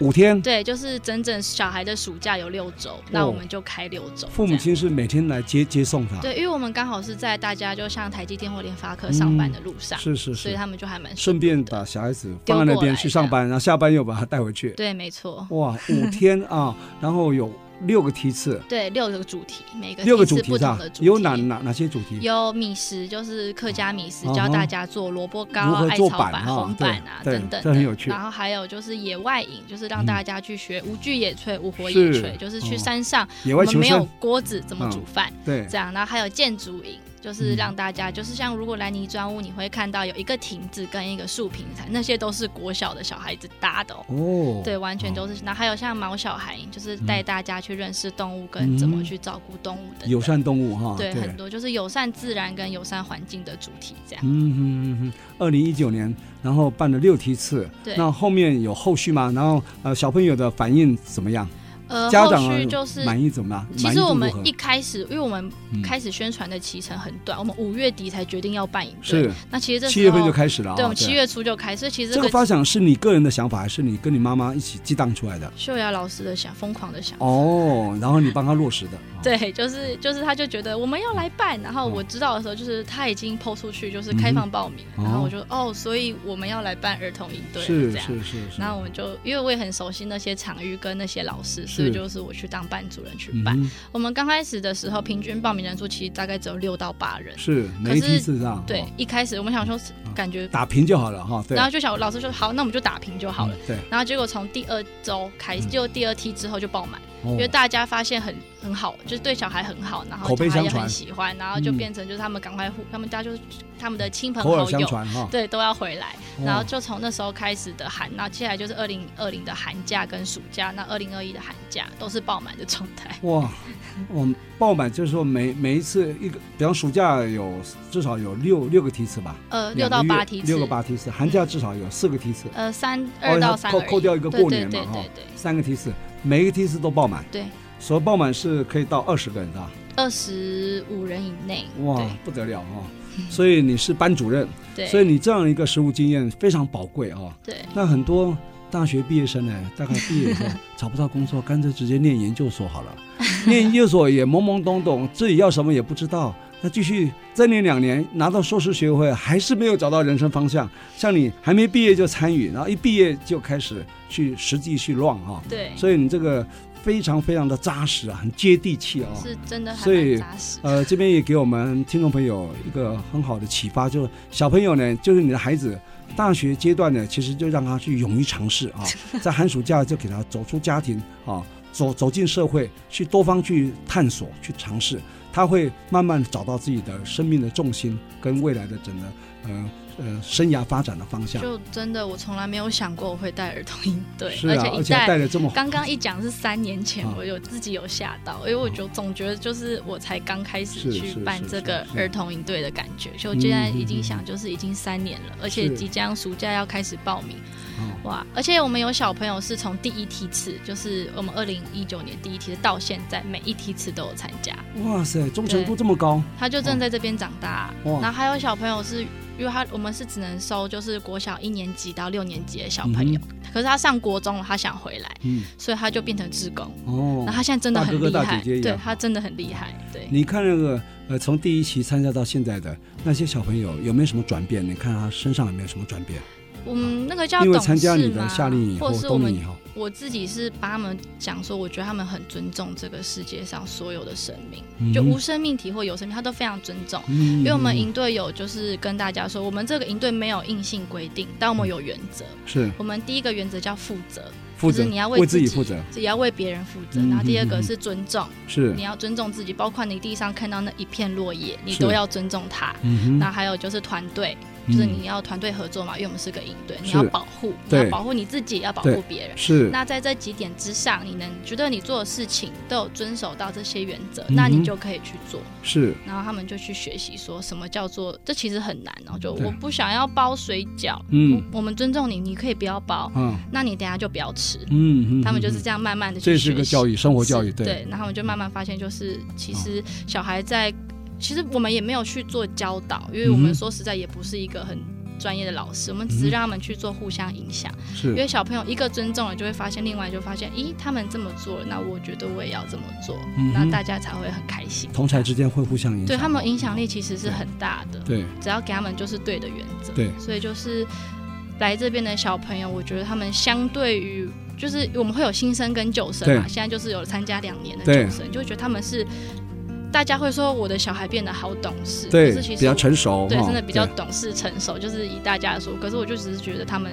五天，
对，就是整整小孩的暑假有六周，那我们就开六周。
父母亲是每天来接接送他，
这样对，因为我们刚好是在大家就像台积电或联发科
嗯
上班的路上，
是是
所以
是，
他们就还蛮
顺便
的。
把小孩子
丢
放在那
过
边
来
去
这
上
样
班，然后下班又把他带回去。
对，没错，
哇，五天啊，然后有六个梯次，
对，六个主题，每个
六个
梯
主
呃次
题
不
上
同的主题
有哪哪哪些主题？
有米食，就是客家米食
嗯，哼
教大家做萝卜糕
如
啊、
何
艾
做
草
板
板、
啊
红板啊
对对
等等
这
的，
很有趣
然后还有就是野外营，就是让
嗯
大家去学无具野炊、无火
是
野炊，就是去
哦
山上，
野
我
外
们
求
没有
生，
锅子怎么煮饭，
对，
这样，然后还有建筑营，就是
嗯
让大家就是像如果来泥砖屋，你会看到有一个亭子跟一个树平台，那些都是国小的小孩子搭的哦。
哦，
对，完全都是。然后还有像毛小孩营，就是
嗯
带大家去认识动物跟怎么去照顾动物的
友善动物哈，
对，很多就是友善自然跟友善环境的主题这样。
嗯哼嗯哼，二零一九年，然后办了六梯次，
对
那后面有后续吗？然后呃，小朋友的反应怎么样？
呃，
嗯家
后
长啊
续就是，
满意怎么样？
其
满意
实
度
我
如
们
何
一开始，因为我们
嗯
开始宣传的期程很短，我们五月底才决定要办营队。
是
那其实这时
七
候
月份就开始了啊，
对，我们七月初就开始，其实
这个
跟
发想是你个人的想法，还是你跟你妈妈一起激荡出来的？
秀雅老师的想疯狂的想。
哦，然后你帮他落实的，啊
[laughs] 对，就是就是，他就觉得我们要来办，然后我知道的时候，就是他已经抛出去，就是开放报名，
嗯嗯哼
然后我就哦，所以我们要来办儿童营队了
是是
这
是
样。
是，
然后我们就因为我也很熟悉那些场域跟那些老师，
是
所以就是我去当班主任去
嗯
办。
哼
我们刚开始的时候，平均报名人数其实大概只有六到八人。
是
可
每一
是
梯次这样，
对，
哦
一开始我们想说感觉，
打平就好了哈，对
然，后就想老师说好，那我们就打平就好了。
嗯，对，
然后结果从第二周开始，
嗯
就第二梯之后就爆满。
因
因为大家发现很很好，就是对小孩很好，然后
嗯口碑
小孩
相
也
传
很喜欢，然后就
嗯
变成就是他们赶快互，他们家就是他们的亲朋
口耳
好
相
友，
传哈，
对，都要回来，
哦
然后就从那时候开始的寒，然后接下来就是二零二零的寒假跟暑假，那二零二一的寒假都是爆满的状
[laughs]
态，
哇，我们爆满就是说每每一次一个，比方暑假有至少有六六个梯次吧，
呃，
两
六
个
到
月
八梯次，嗯
六个八梯次，寒假至少有四个梯次，
呃，三
哦
二到
要
三
扣
而已
扣掉一个过年嘛哦
对对
哈
对对对，
三个梯次，每一个梯次都爆满，
对，
所爆满是可以到二十个人的啊，
二十五人以内，
哇，不得了
[laughs]
哦。所以你是班主任，
对
所
对
以你这样一个实务经验非常宝贵啊、
对，
那很多大学毕业生呢，大概毕业以后找不到工作，干脆直接念研究所好了。念研究所也懵懵懂懂，自己要什么也不知道。那继续再念两年，拿到硕士学位，还是没有找到人生方向。像你还没毕业就参与，然后一毕业就开始去实际去乱哈、
对，
所以你这个非常非常的扎实啊，很接地气啊、
是真的还
所以
蛮扎实，
呃，这边也给我们听众朋友一个很好的启发，就是小朋友呢，就是你的孩子，大学阶段呢，其实就让他去勇于尝试
[laughs]
啊，在寒暑假就给他走出家庭啊，走走进社会，去多方去探索、去尝试，他会慢慢找到自己的生命的重心跟未来的整个呃呃生涯发展的方向。
就真的我从来没有想过我会带儿童营队，
是啊，
且
而
一
且还
带
带的这么好，
刚刚一讲是三年前
啊，
我有自己有吓到，因为我就总觉得就是我才刚开
是
始去
是
办
是
这个
是是
儿童营队的感觉，所
嗯
以我现在
嗯
已
嗯
经想就是已经三年了，而且
是
即将暑假要开始报名，
嗯
哇！而且我们有小朋友是从第一梯次，就是我们二零一九年第一梯次到现在每一梯次都有参加，
哇塞，忠诚度这么高，
他就正在这边长大。
哇
然后还有小朋友是。因为他我们是只能收就是国小一年级到六年级的小朋友，可是他上国中了，他想回来，
嗯，
所以他就变成志工。
哦
那，他现在真的很
大哥
厉
哥
害，
大姐姐一样嗯
对他真的很厉害，对。
你看那个呃，从第一期参加到现在的那些小朋友，有没有什么转变？你看他身上有没有什么转变？
我们那个叫
因为
董
参加
事
你的
嘛
夏令营以后
或者、是我
冬令
们
营以后，
我自己是帮他们讲说，我觉得他们很尊重这个世界上所有的生命，
嗯
就无生命体或有生命，他都非常尊重。
嗯
因为我们营队有就是跟大家说，我们这个营队没有硬性规定，但我们有原则。
是
我们第一个原则叫负责，
嗯负
就
责，
是你要
为
自
己负责，
也要为别人负责。
嗯
然后第二
嗯嗯
个
嗯
是尊重，
是
你，要尊重自己，包括你地上看到那一片落叶，你
是
都要尊重它。
嗯
那还有就是团队，
嗯
就是你要团队合作嘛，因为我们是个营队，你
是
要保护，你
对
要保护你自己，要保护别人。
是
那在这几点之上，你能觉得你做的事情都有遵守到这些原则，
嗯哼
那你就可以去做。
是
然后他们就去学习说什么叫做，这其实很难哦。就
对
我不想要包水饺，
嗯
我我们尊重你，你可以不要包，
啊，
那你等下就不要吃。
嗯嗯，
他们就是
嗯
这样慢慢的去
这
学
是
习。
个教育，生活教育，
是对，然后我们就慢慢发现，就是其实小孩在，其实我们也没有去做教导，因为我
嗯哼
们说实在也不是一个很专业的老师，我们只是让他们去做互相影响。因
是
为小朋友一个尊重了，就会发现另外就发现，咦，他们这么做了，那我觉得我也要这么做，
嗯哼
那大家才会很开心。
同才之间会互相影响，
对他们影响力其实是很大的，
对
只要给他们就是对的原则。
对
所以就是来这边的小朋友，我觉得他们相对于就是我们会有新生跟旧生嘛，
对
现在就是有参加两年的
对
旧生，就会觉得他们是大家会说我的小孩变得好懂事，可
对
是其，实
比较成熟，
对，
哈
真的比较懂事成熟，就是以大家来说，可是我就只是觉得他们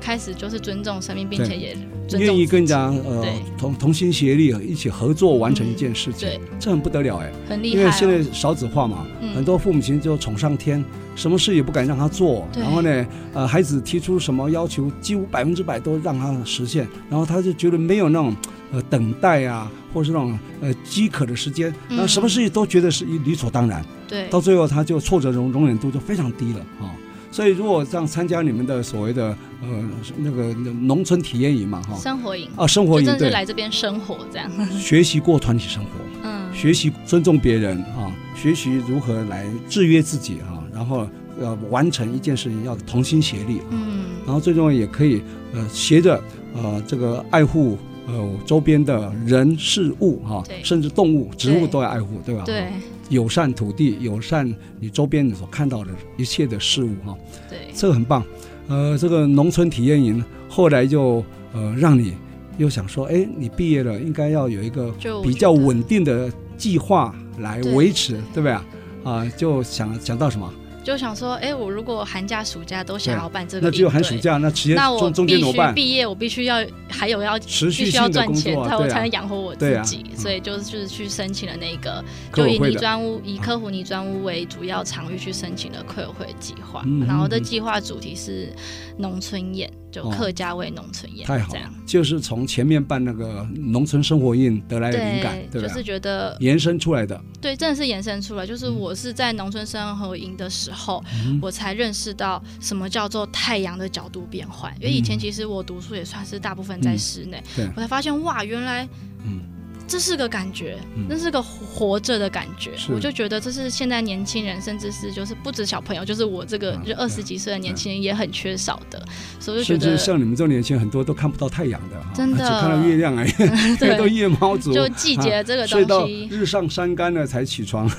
开始就是尊重生命，并且
对
也尊重
愿意跟人家
自己
呃
对
同同心协力一起合作完成一件事情，
对
这很不得了哎。
很厉
因
害、
为
哦。
现在少子化嘛，
嗯
很多父母亲就宠上天，什么事也不敢让他做，
对
然后呢，呃，孩子提出什么要求，几乎百分之百都让他实现，然后他就觉得没有那种呃等待啊，或是那种呃饥渴的时间，
嗯
然后什么事情都觉得是理所当然，
对
到最后他就挫折容容忍度就非常低了啊、所以如果这样参加你们的所谓的呃那个农村体验营嘛哈、
生活营，
啊生活
就
营
真的是
对，
来这边生活这样。
学习过团体生活。
嗯，
学习尊重别人啊，学习如何来制约自己啊，然后呃完成一件事情要同心协力，啊
嗯，
然后最重要也可以呃携着呃这个爱护呃周边的人事物哈、
对
甚至动物、植物都要爱护，对吧？啊
对
友善土地，友善你周边你所看到的一切的事物啊哈、
对，
这个很棒。呃，这个农村体验营后来就呃让你又想说，哎，你毕业了应该要有一个
就我
比
觉
较
得
稳定的计划来
对
维持，对不对啊？啊，就想想到什么？
就想说，哎、我如果寒假、暑假都想要办这个，
那只有寒暑。假，那直接
那我
中中间
必
怎么
须
办？
毕业，我必须要还有要
持续
必须
性
要
的
赚
工
钱，
作啊，
才我
对
才
啊
能，养活我
对
自
啊
己，
嗯
所以就是去申请了那个，
客
就
委
以
会
泥
的，嗯
砖屋以科湖泥砖屋为主要场域去申请的客委会计划
嗯，
然后这
嗯嗯
计划主题是农村宴，就
哦
客家味农村宴，
太好
这
了
样，
就是从前面办那个农村生活营得来的灵感，对不对
就是
啊？
觉得
延伸出来的，
对，真的是延伸出来。
嗯
就是我是在农村生活营的时候，我才认识到什么叫做太阳的角度变换。因为以前其实我读书也算是大部分在室内，
嗯对
我才发现哇，原来
嗯
这是个感觉，
嗯
那是个活活着的感觉。
是
我就觉得这是现在年轻人，甚至是就是不止小朋友，就是我这个
啊
就二十几岁的年轻人也很缺少的，所以我就
甚
觉
至
得
像你们这种年轻人，很多都看不到太阳的，哈啊
真的嗯
只看到月亮而已， [laughs] 因为都夜猫族，
就季节这个
啊睡到
东西，
日上山干了才起
[laughs]
床，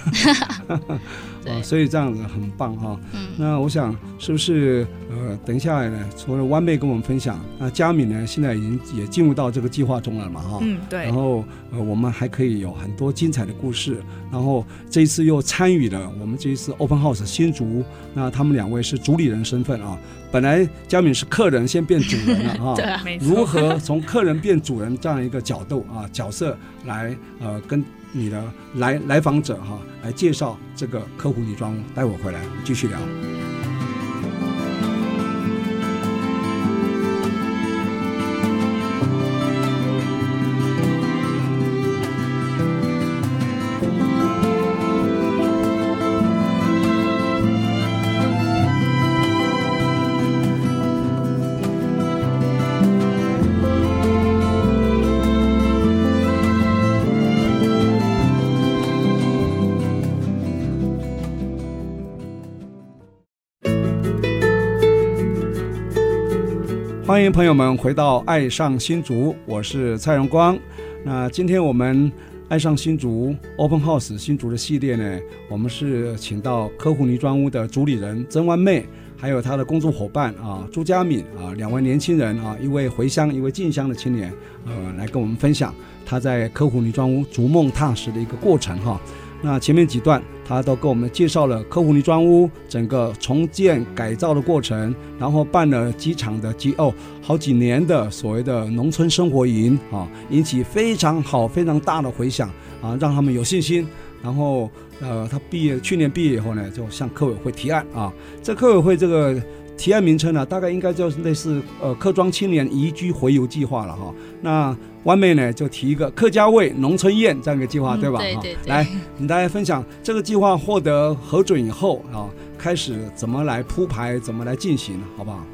对
啊，所以这样子很棒哈、
嗯，
那我想是不是呃，等一下呢，除了弯妹跟我们分享，那佳敏呢现在已经也进入到这个计划中了嘛哈、
嗯，对
然，后呃，我们还可以有很多精彩的故事。然后这一次又参与了我们这一次 Open House 新竹，那他们两位是主理人身份啊。本来佳敏是客人，现变主人了啊。
对啊，
没错
如何从客人变主人这样一个角度啊角色来呃跟你的来来访者哈、来介绍这个客户女装屋，待会儿回来我们继续聊。欢迎朋友们回到《爱上新竹》，我是蔡荣光。那今天我们《爱上新竹》Open House 新竹的系列呢，我们是请到科湖泥砖屋的主理人曾湾妹，还有她的工作伙伴啊朱佳敏啊两位年轻人啊，一位回乡，一位进乡的青年，呃，来跟我们分享他在科湖泥砖屋逐梦踏实的一个过程哈、那前面几段，他都给我们介绍了科湖泥砖屋整个重建改造的过程，然后办了几场的机哦，好几年的所谓的农村生活营啊，引起非常好、非常大的回响啊，让他们有信心。然后，呃，他毕业去年毕业以后呢，就向客委会提案啊。这客委会这个提案名称呢、大概应该就是类似呃客庄青年宜居回游计划了哈、那弯妹呢就提一个客家味农村宴这样一个计划，
嗯
对吧？
对
哈
对对
来，你大家分享这个计划获得核准以后啊，开始怎么来铺排，怎么来进行，好不好？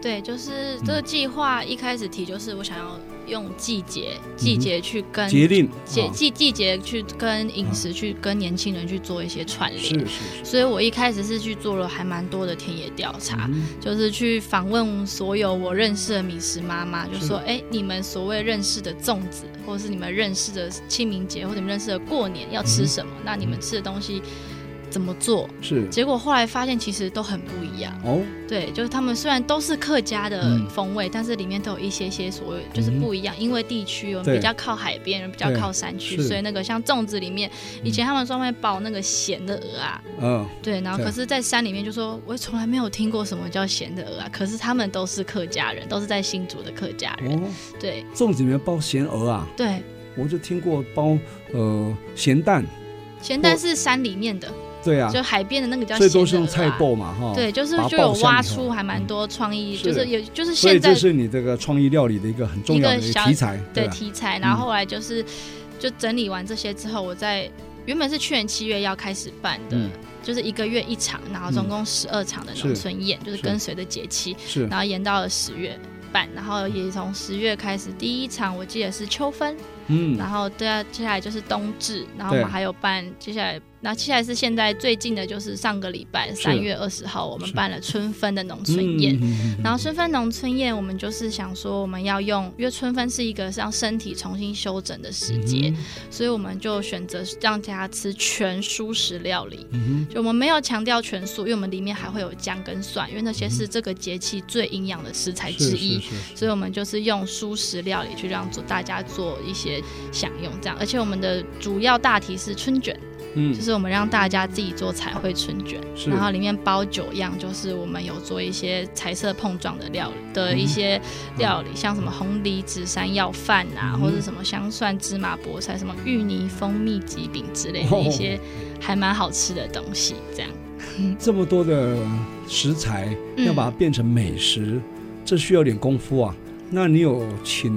对，就是
嗯
这个计划一开始提，就是我想要用季节、季节去跟
嗯节令
节
啊
季季节去跟饮食去跟年轻人去做一些串
是
联。
是是，
所以我一开始是去做了还蛮多的田野调查，
嗯
就是去访问所有我认识的米食妈妈，就说：“哎、你们所谓认识的粽子，或者是你们认识的清明节，或者你们认识的过年要
嗯
吃什么？那你们吃的东西怎么做？”
是
结果后来发现其实都很不一样。
哦，
对，就是他们虽然都是客家的
嗯
风味，但是里面都有一些些所谓就是
嗯哼
不一样，因为地区有人
对
比较靠海边，有人比较
对
靠山区，
是
所以那个像粽子里面，以前他们专门包那个咸的鹅啊，
嗯，
对，然后
对
可是，在山里面就说，我从来没有听过什么叫咸的鹅啊，可是他们都是客家人，都是在新竹的客家人，
哦，
对
粽子里面包咸鹅啊，
对，
我就听过包呃咸蛋，
咸蛋是山里面的，
对啊，
就海边的那个叫
所以
咸的
都
鹅
是用菜
啊。
爆嘛哈，，
对，就是
把它
就有
爆香
挖
以后
出还蛮多创意，
嗯是
就是有就是
所以
现在
这是你这个创意料理的一个很重要的
一个小
题材，
的
吧
题材，然后后来就是就整理完这些之后，我在原本是去年七月要开始办的，
嗯
就是一个月一场，然后总共十二场的农村宴，就是
是
跟随着节气，
是
然后延到了十月。办，然后也从十月开始，第一场我记得是秋分，
嗯
然后对啊，接下来就是冬至，然后我们
对
还有办，接下来，然后接下来是现在最近的就是上个礼拜
是
三月二十号，我们
是
办了春分的农村宴，
嗯嗯嗯嗯
然后春分农村宴，我们就是想说，我们要用，因为春分是一个让身体重新休整的时
嗯
节，所以我们就选择让大家吃全蔬食料理。
嗯
就我们没有强调全素，因为我们里面还会有姜跟蒜，因为那些是这个节气最营养的食
嗯
材
哼，
之
嗯是
一
是。是
所以我们就是用蔬食料理去让做大家做一些享用，这样。而且我们的主要大题是春卷，
嗯
就是我们让大家自己做彩绘春卷。
是，
然后里面包九样，就是我们有做一些彩色碰撞的料理的一些料理，像什么红梨紫山药饭啊，
嗯
或者什么香蒜芝麻菠菜、什么芋泥蜂蜜鸡饼之类的一些
哦
还蛮好吃的东西。这样，
这么多的食材，
嗯
要把它变成美食，这需要点功夫啊。那你有请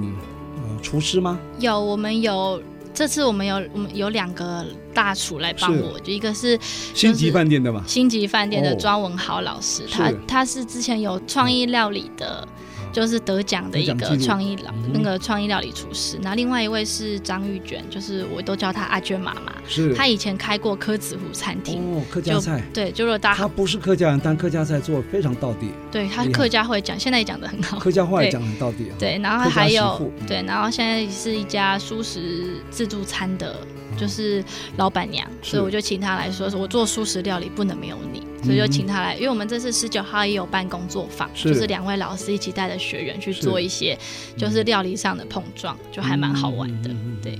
呃厨师吗？
有我们有这次我们有我们有两个大厨来帮
是
我，就一个是
星级饭店的嘛，
星级饭店的
哦
庄文豪老师，
是
他他是之前有创意料理的，就是得奖的一
得
个
奖记录
创意老
嗯
那个创意料理厨师。那另外一位是张玉娟，就是我都叫她阿娟妈妈，
是
她以前开过柯子湖餐厅。
哦，客家菜。
对，就如果大家
他不是客家人，但客家菜做得非常到底，
对她
厉害
客家会讲，现在也讲的很好。
客家话也讲得很到底啊。
哦对，然后
客家
还
媳
有
妇嗯
对，然后现在是一家素食自助餐的，
哦
就是老板娘，
是
所以我就请她来说，我做素食料理不能没有你，所以就请她来，因为我们这次十九号也有办工作坊，
是
就是两位老师一起带着学员去
是
做一些就是料理上的碰撞，就还蛮好玩的
嗯嗯嗯嗯嗯，
对。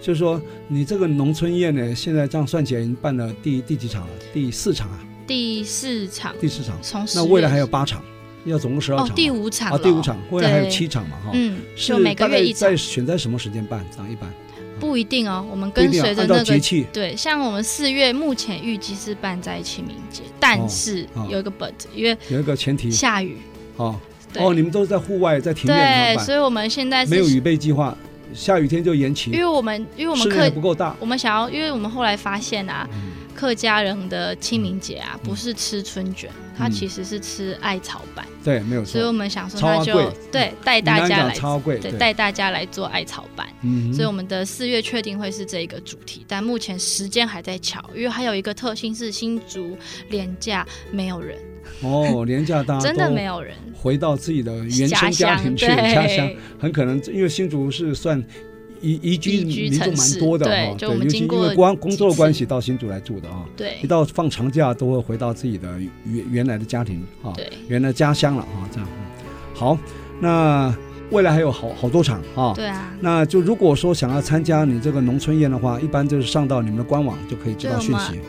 就是说，你这个农村宴呢，现在这样算起来，已经办了第第几场了？第四场啊，
第四场
第四场。
从
那
10
未来
月
还有八场，要总共十二场
哦
嘛。
第五场
啊，
了
第五场，未来还有
对
七场嘛，哈。
嗯，
是
就每个月
大概
一场
在，选在什么时间办？这样一般
不一定哦，我们
不一
跟
定啊
随着
按照
那个
节气，
对，像我们四月目前预计是办在清明节，但是
哦
有一个 but，、因为
有一个前提
下雨。
哦
对
哦，你们都是在户外，在庭院
对，
上
所
办，
以我们现在是
没有预备计划，下雨天就延期
因，为我们因为我们
室内还
客
不够大，
我们想要，因为我们后来发现啊，客家人的清明节啊，不是吃春卷，他
嗯
其实是吃艾草板，
对，没有
所以我
错。
们想说，
超
那
阿
就
贵
对带
闽
大
南
家
讲
来
超贵，
对，带大家来做艾草板。
嗯，
所以我们的四月确定会是这一个主题，但目前时间还在巧，因为还有一个特性是新竹廉价没有人， [laughs]
哦，廉价大家
真的
都
没有人。
回到自己的原
家
生家
乡
庭去
对，
家乡，很可能因为新竹是算移移居
移居
民众
城
蛮
市
多的
对
哈，对，
就我们
尤其
经
因
过
为光工作的
几次
关系到新竹来住的啊，一
对
到放长假都会回到自己的原原来的家庭啊，
对
原来家乡了啊，这样。嗯好，那未来还有好好多场啊。
对啊，
那就如果说想要参加你这个农村宴的话，一般就是上到你们的官网就可以知
对
道
我
讯
们
息。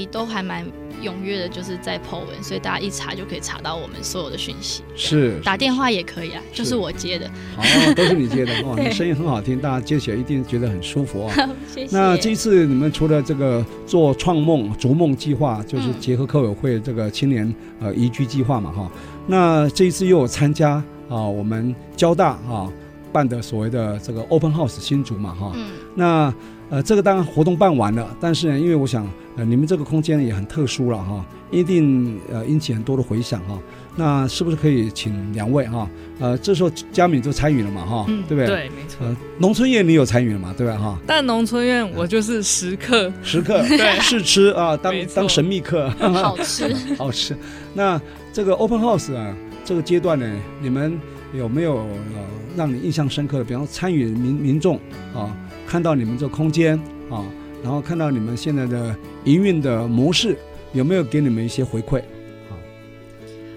IGFB 都还蛮踊跃的，就是在 po 文，所以大家一查就可以查到我们所有的讯息。
是
打电
话，
话也可以啊，就是我接的， [laughs]
哦，都是你接的哦，
对
你声音很好听，大家接起来一定觉得很舒服啊。
谢谢。
那这一次你们除了这个做创梦逐梦计划，就是
嗯
结合客委会这个青年呃宜居计划嘛哈，那这一次又有参加啊、我们交大啊办的所谓的这个 Open House 新竹嘛哈。
嗯，
那呃，这个当然活动办完了，但是呢，因为我想，呃，你们这个空间也很特殊了哈，一定呃引起很多的回响哈。那是不是可以请两位哈？呃，这时候佳敏就参与了嘛哈，
嗯，
对不对？。
对，没错。
呃，农村夜你有参与了嘛？对吧哈？
但农村院我就是 [laughs] 时刻，
食客
对
试吃啊，当
没错
当神秘
[laughs]
客， [laughs]
好吃。
好吃。那这个 open house 啊，这个阶段呢，你们有没有呃让你印象深刻的？比方说参与民民众啊，看到你们这空间啊，然后看到你们现在的营运的模式，有没有给你们一些回馈？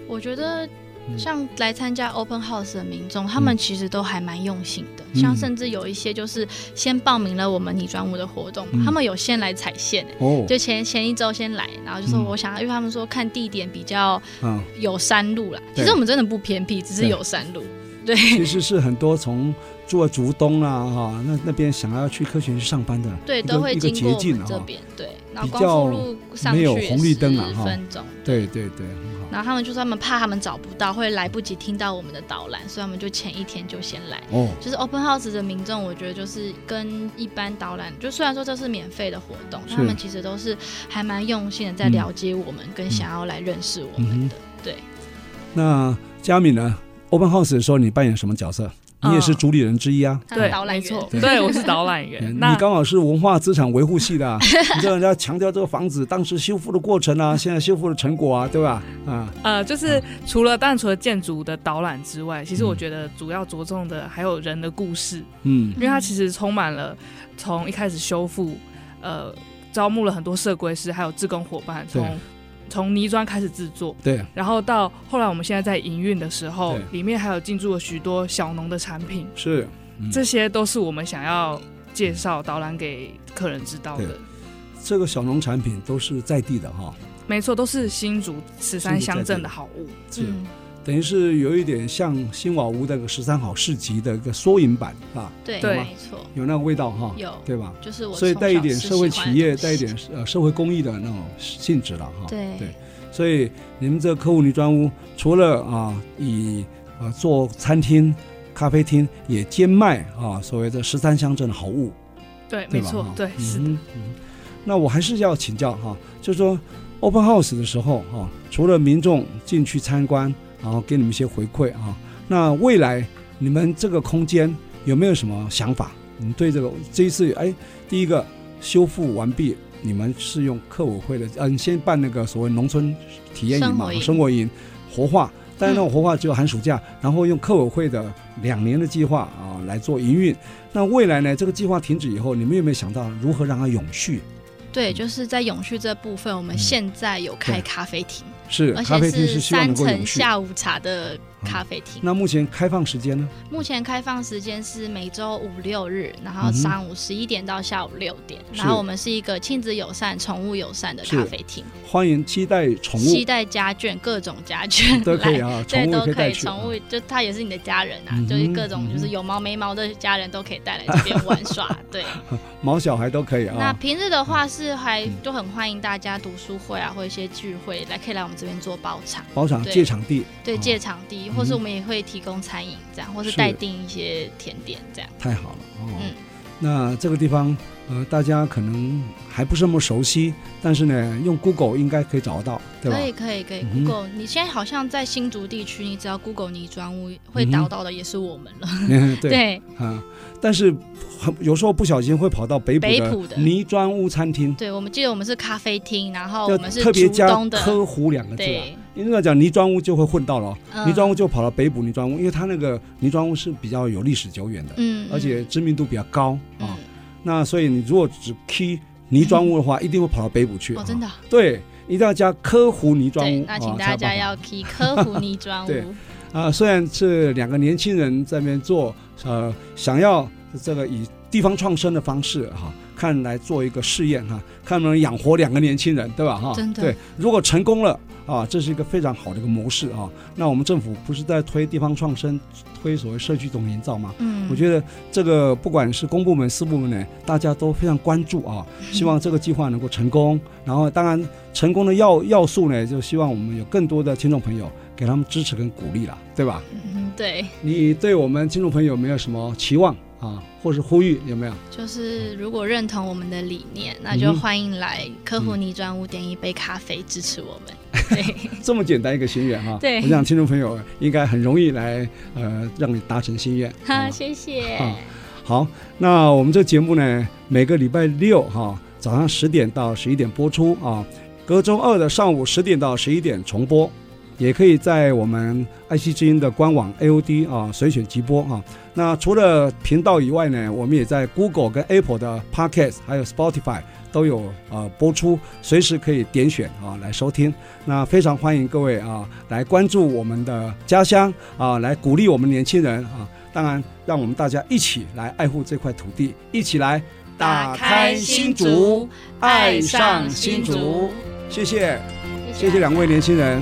我觉得
嗯
像来参加 Open House 的民众，他们
嗯
其实都还蛮用心的。
嗯
像甚至有一些就是先报名了我们女专舞的活动，
嗯
他们有先来踩线、欸
哦，
就前前一周先来，然后就说
嗯
我想要，因为他们说看地点比较
啊，
有山路啦。
对
其实我们真的不偏僻，只是
对
有山路。对，
其实是很多从住在竹东啊哈、那那边想要去科学园区上班的，
对，
一个
都会
一个
经过
捷
我
径
们
啊
这
哈
边。对，然后
比
光复路上
没
去
有
也
红绿灯啊
10
哈
分钟。
对对对，很好。
然后他们就说他们怕他们找不到，会来不及听到我们的导览，所以他们就前一天就先来。
哦，
就是 Open House 的民众，我觉得就是跟一般导览，就虽然说这是免费的活动，
是
但他们其实都是还蛮用心的在
嗯
了解我们，跟想要来认识我们的。对，
那佳敏呢？Open House 的时候，你扮演什么角色？你也是
嗯
主理人之一啊。
他
对
的，导览
没
员
错，
对
对我是导览员。
嗯
那
[laughs] 你刚好是文化资产维护系
[laughs]
的、啊，你知道人家强调这个房子当时修复的过程啊，现在修复的成果啊，对吧？啊，
呃，就是除了但除了建筑的导览之外，其实我觉得主要着重的还有人的故事，
嗯
因为它其实充满了从一开始修复，呃，招募了很多社规师还有志工伙伴，
对
从从泥砖开始制作，
对，
然后到后来我们现在在营运的时候
对，
里面还有进驻了许多小农的产品，
是嗯
这些都是我们想要介绍导览给客人知道
对
的。
这个小农产品都是在地的哈、
没错，都是新竹
新
十三
竹在
乡镇
地
的好物。
是、
嗯，
等于是有一点像新瓦屋那个十三好市集的一个缩影版啊，
对，
对
没错，
有那个味道哈，
有
对吧？
就是我
所以
从
带一
小
点
是
社会
喜欢的
企业，
东西
带一点呃社会公益的那种性质了哈。
对
对所以你们这个客户女专屋，除了啊以啊做餐厅、咖啡厅，也兼卖啊所谓的十三乡镇的好物，
对，
对
没
吧？
错
哈，
对，是
嗯哼
的。
嗯哼那我还是要请教哈、就是说 open house 的时候哈、除了民众进去参观，然后给你们一些回馈啊，那未来你们这个空间有没有什么想法？你对这个这一次哎，第一个修复完毕，你们是用客委会的，嗯、你先办那个所谓农村体验营
生
嘛
活，营
生活营活化。但是那种活化只有寒暑假，然后用客委会的两年的计划啊来做营运。那未来呢？这个计划停止以后，你们有没有想到如何让它永续？
对，就是在永续这部分，我们
嗯
现在有开
对
咖啡厅，
是
而
咖啡
且
厅是希望
三
能够
层
永续。嗯
下午茶的咖啡厅。
那目前开放时间呢？
目前开放时间是每周五六日，然后
嗯哼
上午十一点到下午六点。
是
然后我们是一个亲子友善、宠物友善的
是
咖啡厅，
欢迎期待宠
期
物
待家眷各种家
[laughs]
眷
都可以
来。
啊，
对，
宠物也
都
可以
可
带
以，
去。嗯
宠物就它也是你的家人啊，
嗯哼
就是各种
嗯
就是有毛没毛的家人都可以带来这边玩耍。对，
毛小孩都可以
那
啊。
平日的话是还
嗯
就很欢迎大家读书会啊，或一些聚会来可以来我们这边做包场，
包场
对
借场地
对，
哦
借场地，或是我们也会提供餐饮这样，或是
是
代订一些甜点这样。
太好了哦。
嗯
那这个地方呃，大家可能还不是那么熟悉，但是呢，用 Google 应该可以找得到，对吧
可？以可以可以
嗯哼
，Google，、你现在好像在新竹地区，你只要 Google 泥砖屋，会
嗯哼
导到的也是我们了。
嗯 [laughs] 对
对
啊，但是很有时候不小心会跑到北
北
埔
埔的
的泥砖屋餐厅，
对，我们记得我们是咖啡厅，然后
要
哦我们是
特别
竹
加“
东的，
科湖”两个字啊。
对，
因为讲泥砖屋就会混到了哦，
嗯
泥砖屋就跑到北埔泥砖屋，因为它那个泥砖屋是比较有历史久远的，
嗯，
而且知名度比较高
嗯
啊。那所以你如果只 key 泥砖屋的话，一定会跑到北埔去。
哦，真
啊
的，
对，一定要加科湖泥砖
对，
屋。
那
啊才
请大
有
家
办法
要 key 科湖泥砖
[laughs] 对
屋，
啊，虽然是两个年轻人在那边做，呃，想要这个以地方创生的方式哈、看来做一个试验哈、看能不能养活两个年轻人，对吧？哈、
真的
对，如果成功了啊，这是一个非常好的一个模式啊。那我们政府不是在推地方创生，推所谓社区总营造吗？
嗯，
我觉得这个不管是公部门、私部门呢，大家都非常关注啊，
嗯
希望这个计划能够成功。然后，当然成功的要要素呢，就希望我们有更多的听众朋友给他们支持跟鼓励啦，对吧？
嗯，对，
你对我们听众朋友有没有什么期望啊，或是呼吁有没有？
就是如果认同我们的理念，那
嗯
就
哼嗯
欢迎来科湖泥砖屋点一杯咖啡支持我们。
这么简单一个心愿哈、啊
对
我想听众朋友应该很容易来呃让你达成心
[laughs]
愿。
好，
啊
谢谢。
啊好，那我们这节目呢，每个礼拜六哈、早上十点到十一点播出啊，隔周二的上午十点到十一点重播，也可以在我们爱惜之音的官网 AOD 啊随选即播啊。那除了频道以外呢，我们也在 Google 跟 Apple 的 Podcast 还有 Spotify 都有呃播出，随时可以点选啊来收听。那非常欢迎各位啊来关注我们的家乡啊，来鼓励我们年轻人啊。当然，让我们大家一起来爱护这块土地，一起来
打开新竹，爱上新竹。
谢谢，
谢
谢谢两位年轻人，